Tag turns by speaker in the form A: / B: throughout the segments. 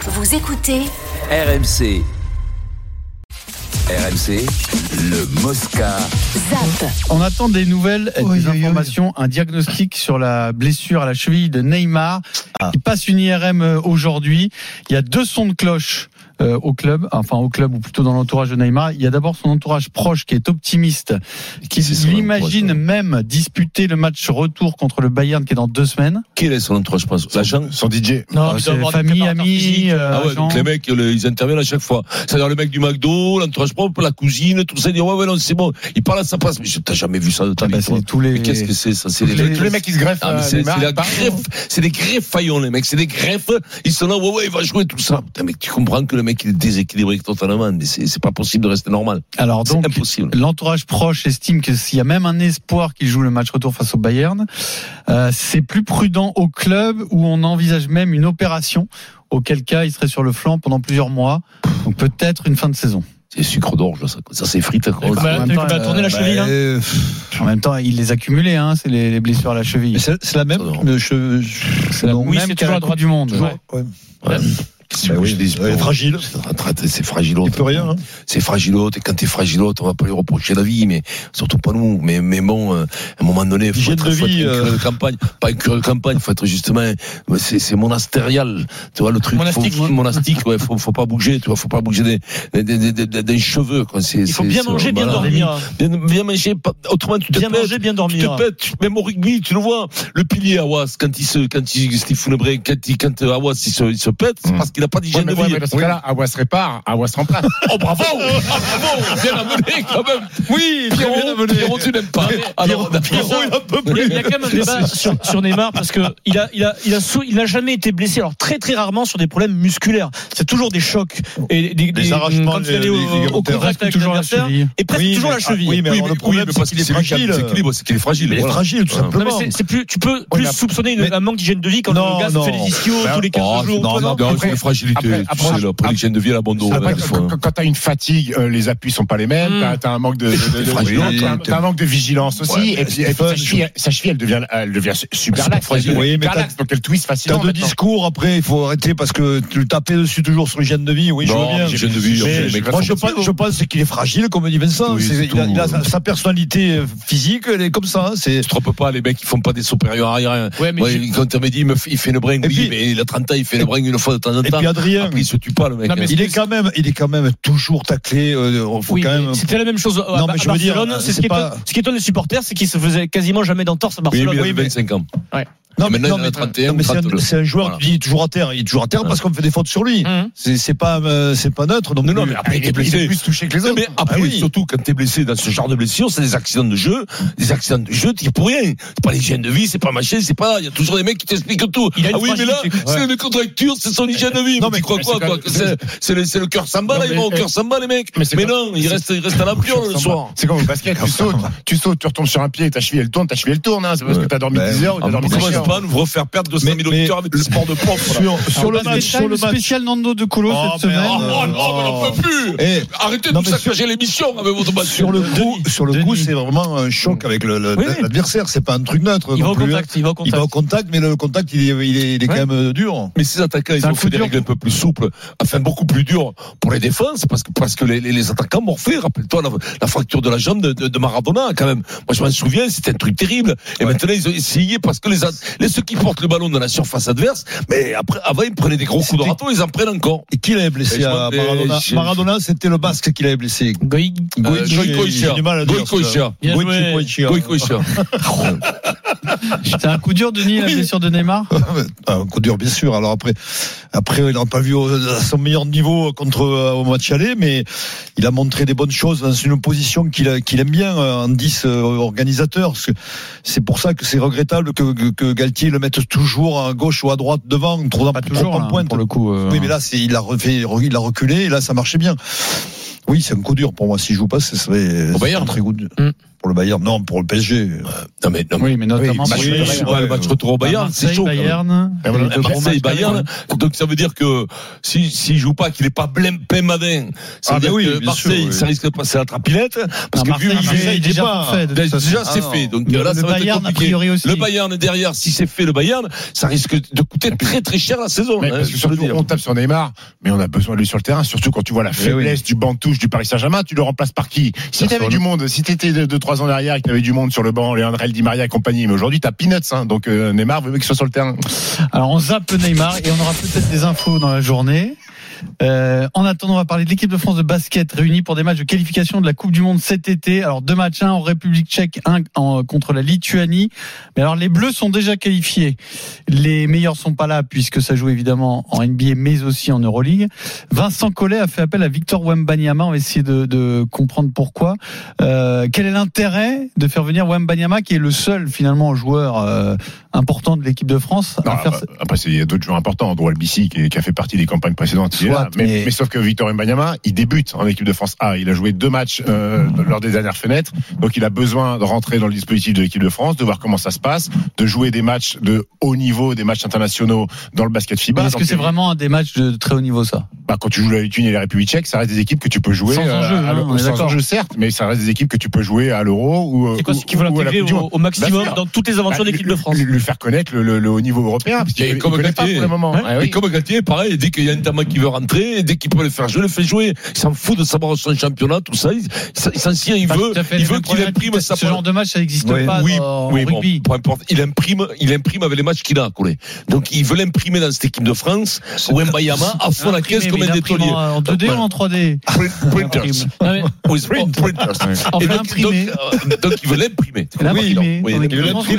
A: Vous écoutez
B: RMC. RMC, le Mosca.
A: ZAP.
C: On attend des nouvelles,
D: Oui,
C: des
D: oui, oui.
C: informations, un diagnostic sur la blessure à la cheville de Neymar.
E: Ah.
C: Il passe une IRM euh, aujourd'hui. Il y a deux sons de cloche euh, au club, enfin au club ou plutôt dans l'entourage de Neymar. Il y a d'abord son entourage proche qui est optimiste, qui
E: C'est son
C: l'imagine même disputer le match retour contre le Bayern qui est dans deux semaines.
E: Quel est son entourage proche L'agent
D: Son DJ.
C: Ah, c'est famille, amis, euh,
E: Ah ouais,
C: agents.
E: donc les mecs, le- ils interviennent à chaque fois. C'est-à-dire le mec du McDo, l'entourage propre, la cousine, tout ça, ils disent ouais, ouais, non, c'est bon. Il parle à sa place. Mais je- t'as jamais vu ça de ta
C: Ah bah,
E: vie, toi.
C: c'est tous les
E: Mais qu'est-ce que c'est, ça? C'est les,
D: Tous les mecs qui se greffent.
E: Ah, mais
D: euh,
E: c'est,
D: Neymar,
E: c'est la
D: pareil.
E: greffe, c'est des greffaillons, les mecs, c'est des greffes. Ils sont là, ouais, ouais, il va jouer tout ça. Putain, mec, tu comprends que le mec, il est déséquilibré totalement, mais c'est, c'est pas possible de rester normal.
C: Alors
E: C'est
C: donc,
E: impossible.
C: L'entourage proche estime que s'il y a même un espoir qu'il joue le match retour face au Bayern, euh, c'est plus prudent au club où on envisage même une opération, auquel cas il serait sur le flanc pendant plusieurs mois, donc peut-être une fin de saison.
E: C'est sucre d'orge, ça, quoi. ça c'est frites, quoi.
C: Bah, en même temps, euh,
D: tourné la cheville, hein.
F: Euh,
C: En même temps, il les a cumulés, hein, c'est les, les blessures à la cheville.
F: mais c'est c'est la même.
E: Non.
F: le che- je-
C: C'est la
F: non.
C: même qu'à la Coupe du Monde.
F: Toujours,
C: Ouais.
F: ouais.
E: Ouais. Qu'est-ce que
F: Bah
E: tu veux que
F: oui,
E: je dise,
F: elle est
E: bon,
F: fragile.
E: c'est- C'est fragile.
F: Il peut rien. hein.
E: c'est fragilote et quand t'es fragilote on va pas lui reprocher la vie mais surtout pas nous mais mais bon euh, à un moment donné faut
F: Hygiène
E: être,
F: de
E: faut être
F: vie,
E: un
F: euh.
E: curé de campagne pas un curé de campagne faut être justement euh, c'est c'est monastérial tu vois le truc
G: Monastique.
E: faut, monastique ouais faut faut pas bouger tu vois faut pas bouger des des des, des, des- des cheveux quoi c'est
G: Il faut
E: c'est-
G: bien
E: c'est-
G: manger, bien
E: voilà.
G: dormir.
E: bien, bien manger pas- autrement tu te
G: Bien
E: pètes.
G: manger, bien
E: Tu te
G: dormir.
E: pètes, tu- même au rugby, tu le vois, le pilier Awas, quand il se, quand il, Stephen Bray, quand il, quand Awas, il se, il se pète, c'est
D: Mm.
E: parce qu'il a pas
D: Ouais,
E: d'hygiène
D: mais
E: de
D: ouais,
E: vie.
D: mais dans ce cas-là, Awas répare, Awas remplace.
E: Oh bravo Ah, bravo Bien abonné quand même Oui Pierrot, Pierrot tu n'aimes pas
G: Ah
E: Alors Pierrot il a un peu
G: bah, Il y
E: plus
G: a- il y a quand même un débat sur, sur Neymar parce que il a, il a, il a, sou- il a jamais été blessé. Alors très très rarement sur des problèmes musculaires. C'est toujours des chocs et des, des-
F: arrachements,
G: quand il
F: des-
G: allait
F: des
G: au, au
F: ligamentaires.
G: contact avec
C: toujours la
G: l'adversaire
C: cheville.
G: et presque
F: Oui,
G: toujours
F: mais-
G: la cheville.
F: ah, oui, mais alors, le problème,
E: mais
F: c'est
E: parce qu'il
F: qu'il
E: est
F: est
E: fragile
F: fragile.
E: C'est équilibre, c'est qu'il est fragile
F: Il est
E: voilà.
F: fragile, tout
E: Ouais.
G: Non, mais
F: simplement.
G: c'est- c'est plus, tu peux plus
F: mais après-
G: soupçonner
F: mais-
G: un manque d'hygiène de vie quand
F: Non,
G: le gars se
F: non.
G: fait des ischios tous les 15
E: Oh,
G: jours.
E: non,
G: toi,
E: non, non, c'est une
D: après-
E: fragilité. tu sais,
D: après-
E: là, Pour
D: après-
E: l'hygiène de vie, elle abandonne.
D: Après, quand quand- quand t'as une fatigue, euh, les appuis sont pas les mêmes.
G: Mm.
D: t'as- T'as un manque de, de- de- de-
E: fragile,
D: t'as-
E: hein,
D: t'as un manque de vigilance aussi.
E: Ouais,
D: et puis, et puis sa, cheville, sa cheville, elle devient, elle devient super
E: Super
D: laxe.
E: fragile.
D: Elle devient
F: Oui, mais
D: hyper
F: t'as-
D: laxe, donc elle twist
F: T'as
D: facilement.
F: deux
D: maintenant.
F: discours après, il faut arrêter parce que tu le tapais dessus toujours sur l'hygiène de vie. Oui, je
E: Non,
F: veux bien.
E: l'hygiène de vie,
F: Mais
E: les mecs
F: moi,
E: font
F: je pense, je pense qu'il est fragile, comme dit Vincent.
E: Oui,
F: C'est-
E: c'est
F: il, a,
E: tout.
F: il a sa, sa personnalité physique, elle est comme ça. hein, C'est
E: Tu te trompes pas, les mecs, ils font pas des supérieurs à rien.
G: Ouais, mais
E: Ouais, Quand on m'a dit, il me fait- il fait le brin, oui,
F: puis-
E: mais il a 30 ans, il fait le brin une fois de temps en
F: et
E: temps.
F: puis Adrien.
E: Après, il se tue pas, le mec.
G: Non, mais
E: hein.
F: il est quand même, il est quand même toujours taclé. euh, faut
G: Oui,
F: quand
G: mais
F: même.
G: c'était la même chose à,
F: Non,
G: à
F: mais je veux dire,
G: Barcelone. C'est ce,
F: c'est
G: qui
F: pas-
G: étonne- ce qui étonne les supporters, c'est qu'ils se faisaient quasiment jamais d'entorse à
E: Oui,
G: Barcelone.
E: mais il
F: Oui,
E: a
F: mais-
E: 25 ans.
F: Non,
E: Et maintenant, il en a
F: non,
E: 31,
F: non, mais c'est un,
E: 32.
F: c'est un joueur
E: Voilà.
F: qui est toujours à terre. Il est toujours à terre parce qu'on fait des fautes sur lui.
G: Mhm.
F: C'est c'est pas, euh, c'est pas neutre. Donc
E: Non, non, mais après, il est blessé.
D: plus touché que les
E: Non,
D: autres.
E: mais après,
F: Ah oui.
E: surtout quand t'es blessé dans ce genre de blessure, c'est des accidents de jeu, des accidents de jeu, t'y es pour rien. C'est pas l'hygiène de vie, c'est pas machin, c'est pas. Il y a toujours des mecs qui t'expliquent tout.
G: Il a une
E: ah oui, mais là,
G: fragilité, quoi.
E: c'est une contracture, c'est son hygiène de vie.
D: Non,
E: mais,
D: mais
E: tu crois
D: c'est
E: quoi,
D: quand
E: toi
D: même-
E: que C'est c'est le, c'est le cœur sans bas,
D: Non,
E: là, ils
D: mais-
E: vont au cœur sans bas, les mecs.
D: Mais
E: Mais,
D: c'est quand-
E: non, ils
D: c'est-
E: restent, ils restent à la pion le soir.
D: C'est comme au basket, tu sautes, tu sautes, tu retombes sur un pied, ta cheville elle tourne, ta cheville elle tourne, hein. c'est parce que t'as dormi
F: Ouais.
D: 10 heures ou
E: Ah,
D: t'as
E: On
D: dormi 5
E: commence pas Ah,
D: heures.
E: à nous refaire perdre 200 000
F: Mais- mais-
E: auditeurs avec le sport de prof. là.
F: Sur, sur le
C: Alors,
F: match,
C: basket
F: sur
C: time
F: le match.
C: spécial Nando de Colo
F: Oh,
C: cette semaine.
F: merde.
E: Oh, oh non, mais on n'en peut plus
F: Eh,
E: Arrêtez de
F: Non,
E: nous
F: mais sur-
E: saccager l'émission avec votre match.
F: sur le coup, sur le coup,
C: Denis.
F: c'est vraiment un choc avec le- le-
G: Oui.
F: l'adversaire. C'est pas un truc neutre.
G: Il va
F: non
G: au
F: plus, hein.
G: contact, il va au
F: Il
G: contact.
F: va au contact, mais le contact, il est, il est, il est
G: Ouais.
F: quand même euh, dur.
E: Mais ces attaquants, ils
C: un
E: ont
C: coup
E: fait des
C: dur.
E: règles un peu plus souples, enfin beaucoup plus dures pour les défenses, parce que, parce que les, les, les attaquants m'ont fait, rappelle-toi, la, la fracture de la jambe de, de, de Maradona, quand même. Moi, je m'en souviens, c'était un truc terrible. Et maintenant, ils ont essayé, parce que les, a- les ceux qui portent le ballon dans la surface adverse, mais après, avant, ils prenaient des gros coups de
F: C'était-
E: râteau, ils en prennent encore.
F: Et qui l'avait blessé
E: Et je
F: à
E: me- et
F: Maradona
E: je-
F: Maradona, c'était le Basque qui l'avait blessé.
G: Goï-
E: Euh, Goico
F: Bah, j'ai- j'ai
E: Isher.
F: du mal à dire,
E: Goico
F: celui-là.
E: Isher.
G: Bien
F: Goichi,
G: joué.
F: Goichi, hein.
E: Goico Isher.
C: C'est un coup dur, Denis, la blessure de Neymar.
F: Ah, Un coup dur, bien sûr. Alors après, après, il n'a pas vu au- à son meilleur niveau contre euh, au match aller, mais il a montré des bonnes choses dans une position qu'il a- qu'il aime bien euh, en 10 euh, organisateur. Parce que C'est pour ça que c'est regrettable que, que, que Galtier le mette toujours à gauche ou à droite devant, trop en,
C: Pas
F: trop
C: toujours,
F: en
C: hein,
F: pointe.
C: pour le coup. euh,
F: Oui, mais là, c'est- il a refait, il a reculé, et là, ça marchait bien. Oui, c'est un coup dur pour moi. S'il joue pas, ce serait
E: Au Bayern.
F: très good.
G: Mm.
F: Pour le Bayern, non, pour le PSG.
E: Non, mais, non, mais-
C: Oui, bah, mais notamment
D: Oui,
C: parce
E: oui,
C: que-
E: je sais pas, le match retour au Bayern, Bah, c'est
C: Marseille,
E: chaud. quand même.
C: Bayern,
D: Ah, voilà,
C: les deux gros
E: Marseille,
C: matchs,
E: Bayern. Donc ça veut dire que si s'il joue pas, qu'il est pas plein, plein madin. Ça veut
F: Ah,
E: dire
F: ben oui,
E: que
F: bien
E: Marseille,
F: sûr, oui.
E: ça risque de passer la trapilette. Parce
C: Non,
E: que vu
C: Ah, Marseille,
E: où
C: il est- il est
E: il
C: déjà forfait, de toute
E: déjà,
C: façon.
E: déjà, c'est
F: Ah,
E: fait.
F: non.
E: Donc
C: Le-
E: là, ça
C: le
E: va être
C: Bayern, a
E: compliqué.
C: priori aussi.
E: Le Bayern derrière, si c'est fait le Bayern, ça risque de coûter très très cher la saison.
D: Mais
E: hein,
D: parce
E: je
D: que
E: peux
D: surtout,
E: le dire. Eh
D: on tape sur Neymar, mais on a besoin de lui sur le terrain, surtout quand tu vois la faiblesse du banc de touche du Paris Saint-Germain, tu le remplaces par qui Si t'avais du monde, si t'étais 2-3 ans derrière et que t'avais du monde sur le banc, les André Di Maria et compagnie, mais aujourd'hui t'as Peanuts, hein, donc euh, Neymar veut qu'il soit sur le terrain.
C: Alors on zappe Neymar et on aura peut-être des infos dans la journée. Euh, en attendant, on va parler de l'équipe de France de basket réunie pour des matchs de qualification de la Coupe du Monde cet été. Alors deux matchs, un en République Tchèque, un en- contre la Lituanie. Mais alors les Bleus sont déjà qualifiés. Les meilleurs sont pas là puisque ça joue évidemment en NBA mais aussi en Euroleague. Vincent Collet a fait appel à Victor Wembanyama. On va essayer de, de comprendre pourquoi. Euh, quel est l'intérêt de faire venir Wembanyama qui est le seul finalement joueur euh, important de l'équipe de France
D: Non,
C: à faire
D: après, après, c'est- il y a d'autres joueurs importants, Andrew Albici qui, qui a fait partie des campagnes précédentes. il est
C: Soit,
D: là. mais,
C: mais-
D: mais sauf que Victor Mbanyama, il débute en équipe de France A. Il a joué deux matchs euh, lors des dernières fenêtres, donc il a besoin de rentrer dans le dispositif de l'équipe de France, de voir comment ça se passe, de jouer des matchs de haut niveau, des matchs internationaux dans le basket
C: Mais
D: FIBA.
C: Est-ce que
D: Donc,
C: c'est vraiment un des matchs de très haut niveau ça
D: bah, quand tu joues la Lituanie et la République Tchèque, ça reste des équipes que tu peux jouer euh,
C: Sans enjeu,
D: à
C: hein,
D: l'Euro-
C: on est
D: sans
C: d'accord.
D: enjeu certes, mais ça reste des équipes que tu peux jouer à l'Euro ou, euh,
G: C'est quoi
D: ou-
G: ce qu'il faut
D: ou à la
G: l'intégrer
D: Coupe du
G: au,
D: Monde.
G: au maximum
D: Bien sûr.
G: dans toutes les aventures
D: Bah,
G: de l'équipe de France
D: lui, lui faire connaître le, le- le haut niveau européen, parce qu'il
E: Et
D: il
E: comme
D: connaît pas
E: Galtier.
D: pour le moment.
G: Hein
D: Ah oui.
E: Et comme Galtier, pareil, dès qu'il y a un Tama qui veut rentrer, dès qu'il peut le faire jouer, il le fait jouer. Il s'en fout de savoir son championnat, tout ça. Il, s- il s'en scie, il veut, il veut qu'il imprime sa
C: Ce genre de match, ça n'existe pas
E: oui,
C: en
E: oui, bon,
C: rugby.
E: peu importe. Il imprime, il imprime avec les matchs qu'il a, Collet. Donc, il veut l'imprimer dans cette équipe de France, où Mbayama à fond la caisse comme un détolier.
C: En 2D ou en 3D
E: Print- Printers.
G: Non, mais-
E: With printers.
C: Enfin,
E: Et donc,
C: imprimé.
E: donc, euh, donc, il veut l'imprimer.
C: L'imprimer.
E: Oui,
C: On est
E: il veut
C: vraiment sur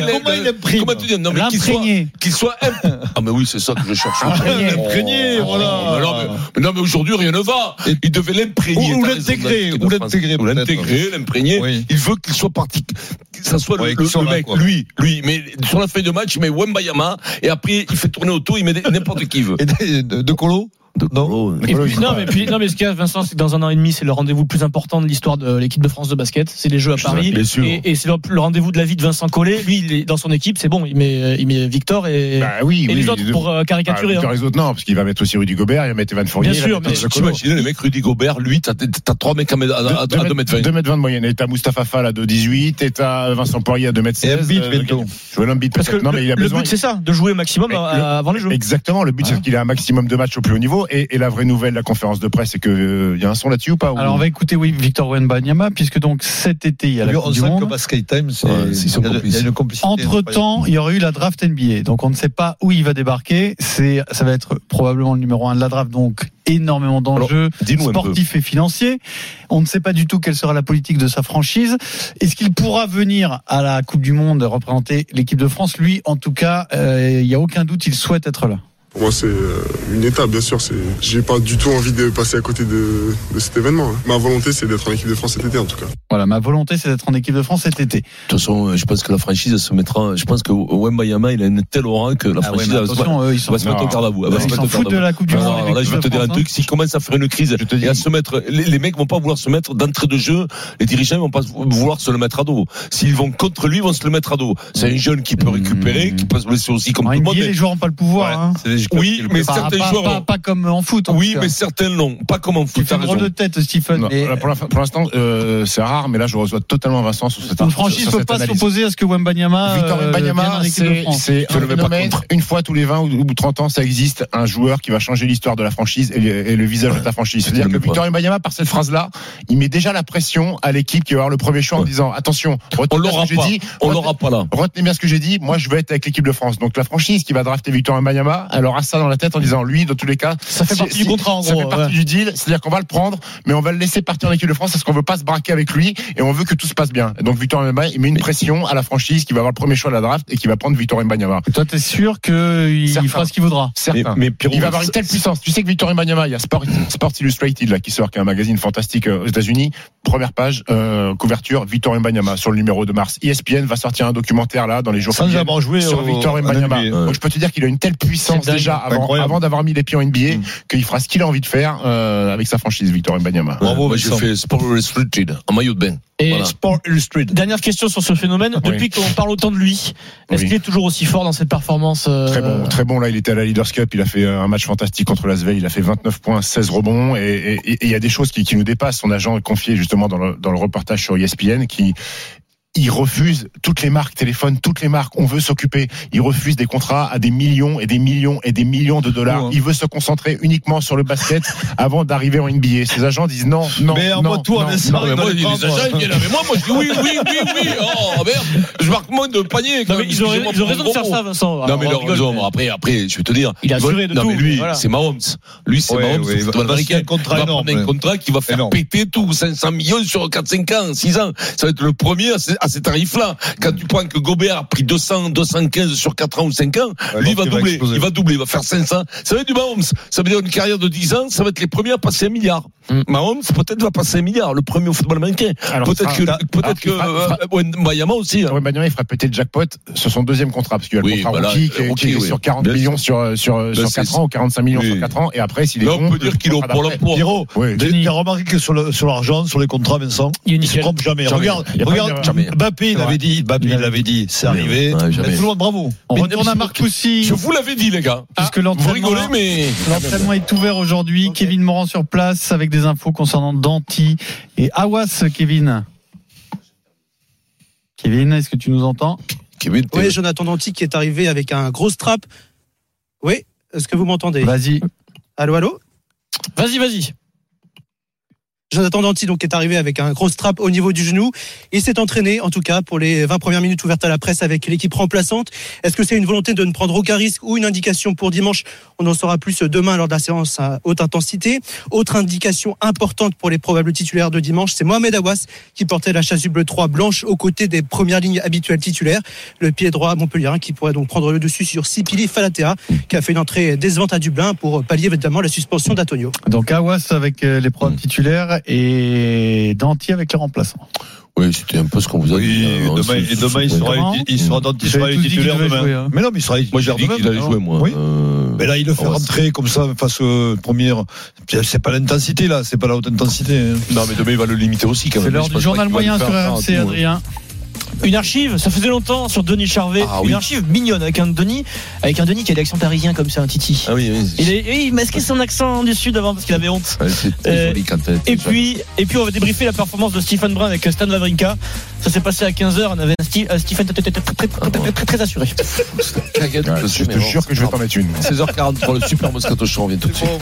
C: l'imprimer.
E: l'imprimer,
F: Comment il
E: le-
F: imprime
E: Comment tu dis Non, mais qu'il soit,
C: L'imprégné.
E: qu'il soit imp- Ah, mais oui, c'est ça que je cherche.
C: Imprégné.
E: Oh,
F: Ah, Imprégné, voilà.
E: mais non, mais- mais, non, mais aujourd'hui, rien ne va. Il devait l'imprégner.
F: Ou- ou
E: t'as raison,
F: l'intégrer,
E: dans l'équipe
F: ou
E: de France.
F: l'intégrer,
E: Ou l'intégrer, l'imprégner.
F: Oui.
E: Il veut qu'il soit parti, que ça soit le-
F: Ouais,
E: le,
F: qu'il soit
E: le
F: là,
E: mec,
F: quoi.
E: lui, lui. Mais sur la feuille de match, il met Wembayama, et après, il fait tourner autour, il met des- n'importe qui veut.
F: Et de, de- de Colo Non.
G: Et puis- non, mais puis, non, mais ce qu'il y a, Vincent, c'est que dans un an et demi, c'est le rendez-vous le plus important de l'histoire de l'équipe de France de basket. C'est les Jeux à Paris.
E: bien sûr.
G: Et, et c'est le, le rendez-vous de la vie de Vincent Collet. Lui, il est dans son équipe, c'est bon. Il met, euh, il met Victor et,
D: Bah oui,
G: et
D: oui,
G: les
D: oui,
G: autres
D: de-
G: pour euh,
D: Ah,
G: caricaturer.
D: Victor
G: hein.
D: et les autres, non, parce qu'il va mettre aussi Rudy Gobert, il va mettre Evan Fournier.
G: Bien
C: Ah,
G: sûr, mais-
E: T'imagines, le mec Rudy Gobert, lui, t'as t'as- t'as trois mecs à mètre- à- à-
G: Ah,
E: à 2m20.
D: 2m20 de moyenne. Et t'as Mustapha Fall à 2m18, et t'as Vincent Poirier à 2m16.
F: Et Embiid
D: euh,
F: bientôt.
D: Je veux l'Embiid
G: Parce que
D: peut-être. Non,
G: le,
D: mais il a
G: le
D: besoin.
G: but, c'est ça, de jouer au maximum
D: Mais
G: euh,
D: le-
G: avant les Jeux.
D: Exactement, le but c'est qu'il a un maximum de matchs au plus haut niveau et, et la vraie nouvelle, la conférence de presse, c'est que euh, il y a un son là-dessus ou pas ou-
C: Alors on va écouter oui, Victor Wenbanyama, puisque donc cet été, il y a la
F: On
C: Coupe du
F: sent que
C: Monde.
F: Basket Time, c'est-
E: Ouais, ils sont
F: il y a de- il y a une complicité.
C: Entre temps, il y aurait eu la draft NBA. Donc on ne sait pas où il va débarquer. C'est, ça va être probablement le numéro un de la draft. Donc énormément d'enjeux
E: Dis-nous un peu.
C: sportifs et financiers. On ne sait pas du tout quelle sera la politique de sa franchise. Est-ce qu'il pourra venir à la Coupe du Monde représenter l'équipe de France Lui, en tout cas, euh, il n'y a aucun doute, il souhaite être là.
A: Pour moi, c'est euh, une étape, bien sûr. c'est- J'ai pas du tout envie de passer à côté de, de cet événement. hein. Ma volonté, c'est d'être en équipe de France cet été, en tout cas.
C: Voilà, ma volonté, c'est d'être en équipe de France cet été.
E: De toute façon, euh, je pense que la franchise elle se mettra. Je pense que Wembayama, il a une telle aura que
C: Ah
E: la
C: ouais,
E: franchise
C: mais
E: elle se-
C: attention, eux, ils
E: elle
C: s'en
E: va se mettre au
D: Non.
E: garde à vous. Elle va
C: Ils
E: se mettre
C: s'en
E: au garde
C: foutent
E: à
C: de
E: vous.
C: la Coupe du
E: Non,
C: Monde,
E: alors
C: les
E: là, je vais
C: mecs
E: te
C: de
E: dire un
C: France,
E: truc. S'ils commencent à faire une crise, et à se mettre, les, les mecs vont pas vouloir se mettre d'entrée de jeu. Les dirigeants vont pas vouloir se le mettre à dos. S'ils vont contre lui, ils vont se le mettre à dos. C'est un jeune qui peut récupérer, qui peut se blesser aussi comme
C: Mmh. En
E: tout le
C: NBA,
E: monde. mais-
C: hein. les joueurs n'ont pas le pouvoir.
E: Ouais,
C: hein.
E: Oui, mais
C: Pas-
E: certains
C: pas,
E: joueurs.
C: pas- pas comme en foot. en
E: oui,
C: tout cas.
E: mais certains l'ont. Pas comme en
C: Tu
E: foot.
C: fais
E: T'as
C: un drôle de
E: raison.
C: tête, Stephen.
D: Non,
C: mais
D: là, pour la- pour l'instant, euh, c'est rare, mais là, je reçois totalement Vincent sur cette
C: une franchise
D: sur
C: ne peut
D: cette
C: pas
D: analyse.
C: s'opposer à ce que Wembanyama.
D: Victor
C: euh, vienne en
D: Wembanyama,
C: équipe de
D: c'est
C: France.
D: c'est
E: Je
D: un
E: le mets pas
D: phénomène.
E: contre.
D: Une fois tous les 20 ou ou 30 ans, ça existe un joueur qui va changer l'histoire de la franchise et le, et le visage de ta franchise. C'est-à-dire
E: Je le
D: que
E: mets
D: Victor Wembanyama, par cette phrase-là, il met déjà la pression à l'équipe qui va avoir le premier choix en
E: Ouais.
D: disant attention, retenez
E: On
D: bien ce
E: l'aura
D: que j'ai
E: pas.
D: dit.
E: On
D: Retenez-
E: l'aura pas là.
D: Retenez bien ce que j'ai dit. Moi, je veux être avec l'équipe de France. Donc, la franchise qui va drafter Victor Wembanyama, elle aura ça dans la tête en disant lui, dans tous les cas,
G: Ça fait
D: si-
G: partie
D: si-
G: du contrat, en
D: ça
G: gros.
D: fait partie
G: ouais.
D: du deal, c'est-à-dire qu'on va le prendre, mais on va le laisser partir en équipe de France parce qu'on veut pas se braquer avec lui et on veut que tout se passe bien. Et donc Victor Wembanyama, il met une pression à la franchise qui va avoir le premier choix de la draft et qui va prendre Victor Wembanyama.
C: Toi, t'es sûr qu'il
D: Certain.
C: fera ce qu'il voudra
E: Mais,
D: Certain.
E: mais Pierrot,
D: il va avoir une telle puissance. Tu sais que Victor Wembanyama, il y a Sport, Sports Illustrated là qui sort, qui est un magazine fantastique euh, aux États-Unis. Première page, euh, couverture, Victor Wembanyama sur le numéro de mars. E ESPN va sortir un documentaire là dans les jours qui
F: Sans
D: viennent
F: jamais jouer
D: sur
F: au-
D: Victor
F: en
D: Wembanyama.
F: NBA.
D: Donc je peux te dire qu'il a une telle puissance
G: C'est dingue,
D: déjà avant,
F: Incroyable. Mm.
D: avant d'avoir mis les pieds en NBA qu'il fera ce qu'il a envie de faire euh, avec sa franchise Victor Wembanyama.
E: Bravo,
F: Ouais,
E: j'ai
F: Vincent.
E: fait Sport Illustrated, en maillot de bain.
G: Et
E: Voilà.
G: Sport Illustrated. Dernière question sur ce phénomène. Depuis qu'on parle autant de lui, est-ce
D: Oui.
G: qu'il est toujours aussi fort dans cette performance euh,
D: Très bon, très bon. Là, il était à la Leaders Cup. Il a fait euh, un match fantastique contre Lasvel. Il a fait 29 points, 16 rebonds. Et- Et et- et il y a des choses qui, qui nous dépassent. Son agent est confié justement dans le, dans le reportage sur E ESPN qui il refuse toutes les marques téléphone, toutes les marques. On veut s'occuper. Il refuse des contrats à des millions et des millions et des millions de dollars.
F: Fou, hein.
D: Il veut se concentrer uniquement sur le basket avant d'arriver en NBA. Ses agents disent non, non,
F: Mais
D: non,
F: envoie tout à
D: non,
F: Vincent,
D: non.
F: il
E: Mais
F: doit
E: moi, il
F: les
E: y a des
F: prendre.
E: agents, ils viennent avec moi. Moi, je dis oui, oui, oui, oui. Oh merde, je marque moins de panier. quand
G: Non, mais
E: même.
G: ils ont,
E: Excusez-moi
G: ils ont
E: pour
G: raison
E: le
G: de faire
E: gros
G: ça,
E: mot.
G: Vincent.
E: Non,
G: Alors,
E: mais
G: on
E: leur
G: rigole,
E: raison.
G: mais-
E: Après, après, je vais te dire.
G: Il a
E: Ils veulent-
G: assuré de
E: non,
G: tout,
E: mais lui,
G: mais voilà.
E: c'est Mahomes. Lui, c'est
F: Ouais,
E: Mahomes.
F: ouais,
E: c'est
F: il va-
E: football
F: va signer
E: américain.
F: un contrat
E: Il va
F: énorme,
E: prendre un
F: ouais.
E: contrat qui va faire
F: Énorme.
E: péter tout. 500 millions sur 4, 5 ans, 6 ans. Ça va être le premier à ces, à ces tarifs-là. Quand tu prends que Gobert a pris 200, 215 sur 4 ans ou 5 ans,
F: Ouais,
E: lui, il
F: donc
E: va
F: il va
E: doubler.
F: exploser.
E: il va doubler. Il va faire 500. Ça va être du Mahomes. Ça veut dire une carrière de 10 ans, ça va être les premiers à passer un milliard.
G: Mm.
E: Mahomes, peut-être, va passer un milliard. Le premier au football américain.
D: Alors,
E: Peut-être
D: Fra-
E: que,
D: Fra-
E: peut-être que,
D: Fra- Fra-
E: euh, Wembanyama aussi. hein.
D: Victor Wembanyama, il fera péter le jackpot sur son deuxième contrat, parce qu'il y a le
E: Oui, bah
D: contrat
E: voilà,
D: rookie qui est,
E: rookie,
D: qui est
E: oui.
D: sur 40
E: Bien
D: millions sur, sur, sur
E: c'est-
D: 4 ans, ou 45 millions
E: Oui.
D: sur 4 ans, et après, s'il est
E: Là, on
D: bon,
E: peut
D: le
E: dire qu'il est au
D: contrat
E: pour la
D: d'après.
E: peau.
F: Pierrot,
D: Oui.
F: tu as remarqué que sur le- sur l'argent, sur, les contrats, Vincent,
G: Il est
F: il se
G: nickel.
F: trompe jamais.
E: Jamais.
F: Regarde,
D: Il y a pas
F: regarde,
D: d'erreur. Jamais.
F: Mbappé, il
D: C'est
F: avait dit, Mbappé, il avait dit, c'est arrivé.
E: Ouais,
F: Tout
E: jamais.
F: le monde, bravo.
C: On
F: Mais
C: retourne à
F: même si-
C: Marcoussi,
E: Je vous l'avais dit, les gars.
C: puisque
E: Vous
C: l'entraînement
E: rigolez, mais.
C: l'entraînement est ouvert aujourd'hui. Kevin Morand sur place avec des infos concernant Danti et Awas, Kevin. Kevin, est-ce que tu nous entends
E: Kevin, t'es-
H: Oui, Jonathan Danti qui est arrivé avec un gros strap. Oui, est-ce que vous m'entendez
C: Vas-y.
H: Allô, allô
G: Vas-y, vas-y.
H: Jonathan Danti donc est arrivé avec un gros strap au niveau du genou. Il s'est entraîné, en tout cas, pour les 20 premières minutes ouvertes à la presse avec l'équipe remplaçante. Est-ce que c'est une volonté de ne prendre aucun risque ou une indication pour dimanche On en saura plus demain lors de la séance à haute intensité. Autre indication importante pour les probables titulaires de dimanche, c'est Mohamed Awas qui portait la chasuble 3 blanche aux côtés des premières lignes habituelles titulaires. Le pied droit montpellierin qui pourrait donc prendre le dessus sur Sipili Falatea qui a fait une entrée décevante à Dublin pour pallier évidemment la suspension d'Antonio.
C: Donc Awas avec euh, les programmes
E: Mm.
C: titulaires et Danti avec les remplaçants.
E: Oui, c'était un peu ce qu'on vous a
F: Oui,
E: dit. euh, on
F: demain,
E: se-
F: et demain, il
E: se-
F: sera,
C: Comment
F: il sera dans
C: Vous avez
F: il
C: tous
F: sera
C: dit qu'il
F: titulaire
C: devait
F: demain.
C: jouer, hein.
F: Mais non, mais il sera
E: Moi, j'ai
F: titulaire
E: dit
F: demain.
E: qu'il allait
F: non
E: jouer, moi.
F: Oui.
E: Euh,
F: Mais là, il le fait
E: on va-
F: rentrer comme ça, face euh, première. C'est pas l'intensité, là. C'est pas la haute intensité. hein.
E: Non, mais demain, il va le limiter aussi, quand même.
C: C'est l'heure
E: Je
C: du
E: pense
C: journal
E: pas qu'il
C: moyen
E: va le
C: sur
E: faire,
C: RMC,
E: hein, tout,
C: Adrien.
G: Une archive, ça faisait longtemps sur Denis Charvet.
E: Ah,
G: Une
E: oui.
G: archive mignonne avec un Denis, avec un Denis qui a l'accent parisien comme ça, un titi.
E: Ah oui, oui.
G: Il, est- il masquait son accent du sud avant parce qu'il avait honte.
E: Ouais, C'est
G: Euh,
E: c'est joli quand t'es- t'es
G: Et
E: jeune.
G: puis, et puis on va débriefer la performance de Stephen Brun avec Stan Wawrinka. Ça s'est passé à 15h, on avait un Sti- un Stephen très, très, très, très, très, très, très assuré.
E: Cagade,
D: Je te jure que je vais t'en mettre une.
E: 16h43, le super Moscato Show, on vient tout de suite.